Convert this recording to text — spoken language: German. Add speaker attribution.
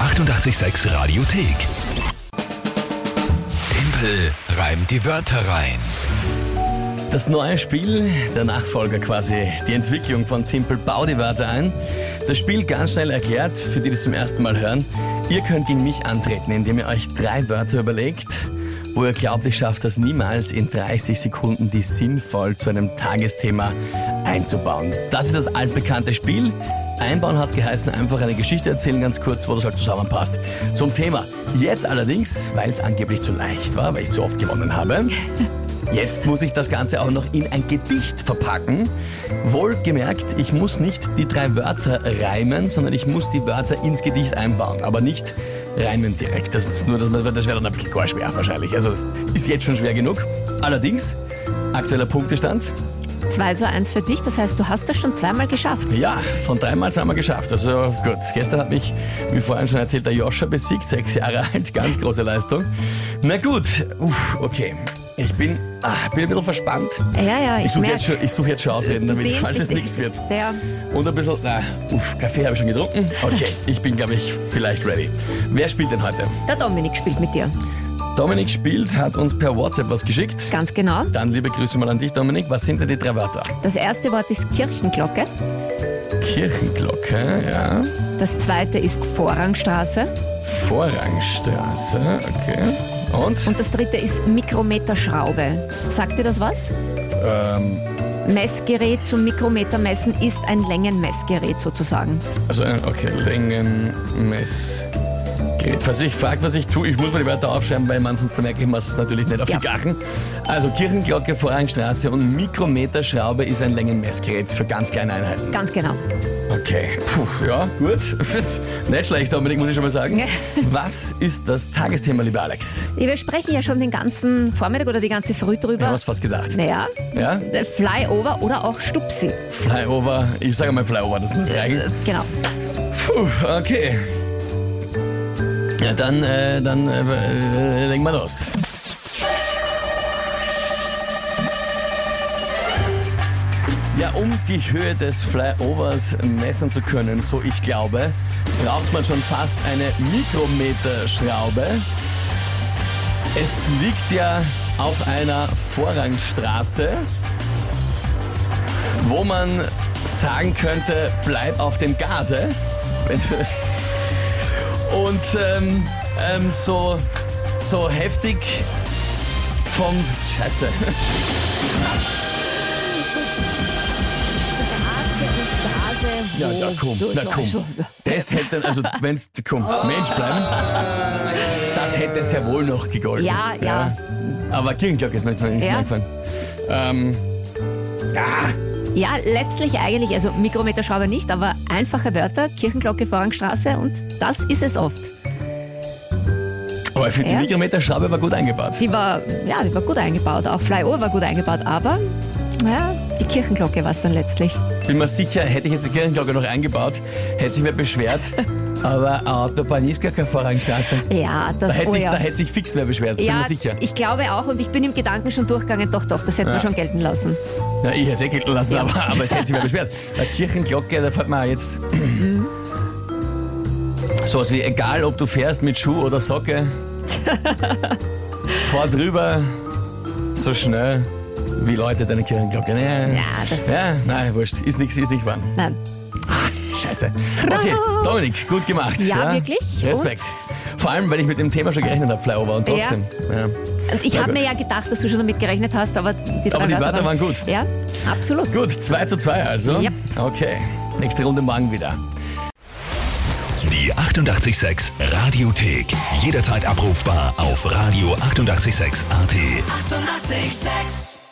Speaker 1: 886 Radiothek. Tempel reimt die Wörter rein.
Speaker 2: Das neue Spiel, der Nachfolger quasi, die Entwicklung von Timpel Bau die Wörter ein. Das Spiel ganz schnell erklärt, für die, die es zum ersten Mal hören. Ihr könnt gegen mich antreten, indem ihr euch drei Wörter überlegt, wo ihr glaubt, ich schaffe das niemals in 30 Sekunden, die sinnvoll zu einem Tagesthema einzubauen. Das ist das altbekannte Spiel. Einbauen hat geheißen, einfach eine Geschichte erzählen, ganz kurz, wo das halt zusammenpasst. Zum Thema. Jetzt allerdings, weil es angeblich zu leicht war, weil ich zu oft gewonnen habe, Jetzt muss ich das Ganze auch noch in ein Gedicht verpacken. Wohlgemerkt, ich muss nicht die drei Wörter reimen, sondern ich muss die Wörter ins Gedicht einbauen, aber nicht reimen direkt. Das ist nur, das, das wäre dann ein bisschen gar schwer wahrscheinlich. Also ist jetzt schon schwer genug. Allerdings, aktueller Punktestand,
Speaker 3: 2 zu 1 für dich, das heißt, du hast das schon zweimal geschafft.
Speaker 2: Ja, von dreimal zweimal geschafft. Also gut, gestern hat mich, wie vorhin schon erzählt, der Joscha besiegt, sechs Jahre alt, ganz große Leistung. Na gut, uff, okay. Ich bin, ah, bin ein bisschen verspannt.
Speaker 3: Ja, ja, Ah, ich,
Speaker 2: Ich suche
Speaker 3: merk,
Speaker 2: jetzt, schon- ich such jetzt schon Ausreden,
Speaker 3: du
Speaker 2: damit
Speaker 3: dehnst
Speaker 2: falls es
Speaker 3: dich.
Speaker 2: nichts wird.
Speaker 3: Ja.
Speaker 2: Und ein bisschen, na, uff, Kaffee habe ich schon getrunken. Okay, ich bin, glaube ich, vielleicht ready. Wer spielt denn heute?
Speaker 3: Der Dominik spielt mit dir.
Speaker 2: Dominik spielt, hat uns per WhatsApp was geschickt.
Speaker 3: Ganz genau.
Speaker 2: Dann liebe Grüße mal an dich, Dominik. Was sind denn die drei Wörter?
Speaker 3: Das erste Wort ist Kirchenglocke,
Speaker 2: Kirchenglocke, ja.
Speaker 3: das zweite ist Vorrangstraße
Speaker 2: Vorrangstraße, okay. Und?
Speaker 3: und das dritte ist Mikrometerschraube. Sagt dir das was?
Speaker 2: Ähm,
Speaker 3: Messgerät zum Mikrometermessen ist ein Längenmessgerät sozusagen.
Speaker 2: also, äh, okay, Längenmess. Geht. Falls ich fragt, was ich tue, ich muss mir die Wörter aufschreiben, weil man sonst merke ich mir es natürlich nicht auf
Speaker 3: Ja.
Speaker 2: die Gachen. Also Kirchenglocke, Vorrangstraße und Mikrometerschraube ist ein Längenmessgerät für ganz kleine Einheiten.
Speaker 3: Ganz genau.
Speaker 2: Okay, puh, ja, gut. nicht schlecht, Dominik, muss ich schon mal sagen.
Speaker 3: Ja.
Speaker 2: Was ist das Tagesthema, lieber Alex?
Speaker 3: Wir sprechen ja schon den ganzen Vormittag oder die ganze Früh
Speaker 2: Ich
Speaker 3: drüber.
Speaker 2: habe es fast gedacht.
Speaker 3: Naja,
Speaker 2: Ja?
Speaker 3: äh, Flyover oder auch Stupsi.
Speaker 2: Flyover, ich sage mal Flyover, das muss reichen.
Speaker 3: Äh, Genau.
Speaker 2: Puh, okay. Ja, dann, äh, dann äh, äh, legen wir los. Ja, um die Höhe des Flyovers messen zu können, so ich glaube, braucht man schon fast eine Mikrometerschraube. Es liegt ja auf einer Vorrangstraße, wo man sagen könnte, bleib auf dem Gase. Wenn du- und ähm, ähm, so, so heftig vom Scheiße. Ja, na komm, na komm. Das hätte, also wenn's, komm, Mensch bleiben. Das hätte es ja wohl noch gegolten.
Speaker 3: Ja, ja.
Speaker 2: Aber Kirchenglocke ist mir nicht
Speaker 3: Ja.
Speaker 2: ja. eingefallen. Ähm, ja,
Speaker 3: Ja, letztlich eigentlich, also Mikrometerschraube nicht, aber einfache Wörter, Kirchenglocke, Vorrangstraße und das ist es oft.
Speaker 2: aber für die
Speaker 3: Ja.
Speaker 2: Mikrometerschraube war gut eingebaut.
Speaker 3: Die war, ja, die war gut eingebaut, auch Flyover war gut eingebaut, aber ja, die Kirchenglocke war es dann letztlich.
Speaker 2: Bin mir sicher, hätte ich jetzt die Kirchenglocke noch eingebaut, hätte sich mir beschwert. Aber äh, Autobahn ist gar keine Vorrangstraße.
Speaker 3: Ja,
Speaker 2: Da
Speaker 3: das
Speaker 2: hätte,
Speaker 3: oh
Speaker 2: sich,
Speaker 3: ja.
Speaker 2: da hätte sich fix wer beschwert, bin
Speaker 3: ja,
Speaker 2: mir sicher.
Speaker 3: ich glaube auch und ich bin im Gedanken schon durchgegangen, doch, doch, das hätten
Speaker 2: Ja.
Speaker 3: wir schon gelten lassen.
Speaker 2: Na, ich hätte es eh gelten lassen, aber, aber es hätte sich wer beschwert. Eine Kirchenglocke, da fällt mir auch jetzt.
Speaker 3: Mhm.
Speaker 2: Sowas wie, egal ob du fährst mit Schuh oder Socke, fahr drüber so schnell wie Leute deine Kirchenglocke. Ja,
Speaker 3: Ja, das-
Speaker 2: ja nein, wurscht, ist nichts ist nichts wahr.
Speaker 3: Nein.
Speaker 2: Scheiße. Okay, Dominik, gut gemacht.
Speaker 3: Ja, wirklich.
Speaker 2: Respekt. Vor allem, weil ich mit dem Thema schon gerechnet habe, Flyover und
Speaker 3: Ja.
Speaker 2: trotzdem. Ja.
Speaker 3: Und ich
Speaker 2: Na
Speaker 3: habe
Speaker 2: gut.
Speaker 3: mir ja gedacht, dass du schon damit gerechnet hast, aber die, drei
Speaker 2: Aber die Wörter waren gut.
Speaker 3: Ja, absolut.
Speaker 2: Gut, 2 zu 2 also.
Speaker 3: Ja.
Speaker 2: Okay, nächste Runde morgen wieder.
Speaker 1: Die 886 Radiothek. Jederzeit abrufbar auf radio886.at. 886! 886.
Speaker 4: 886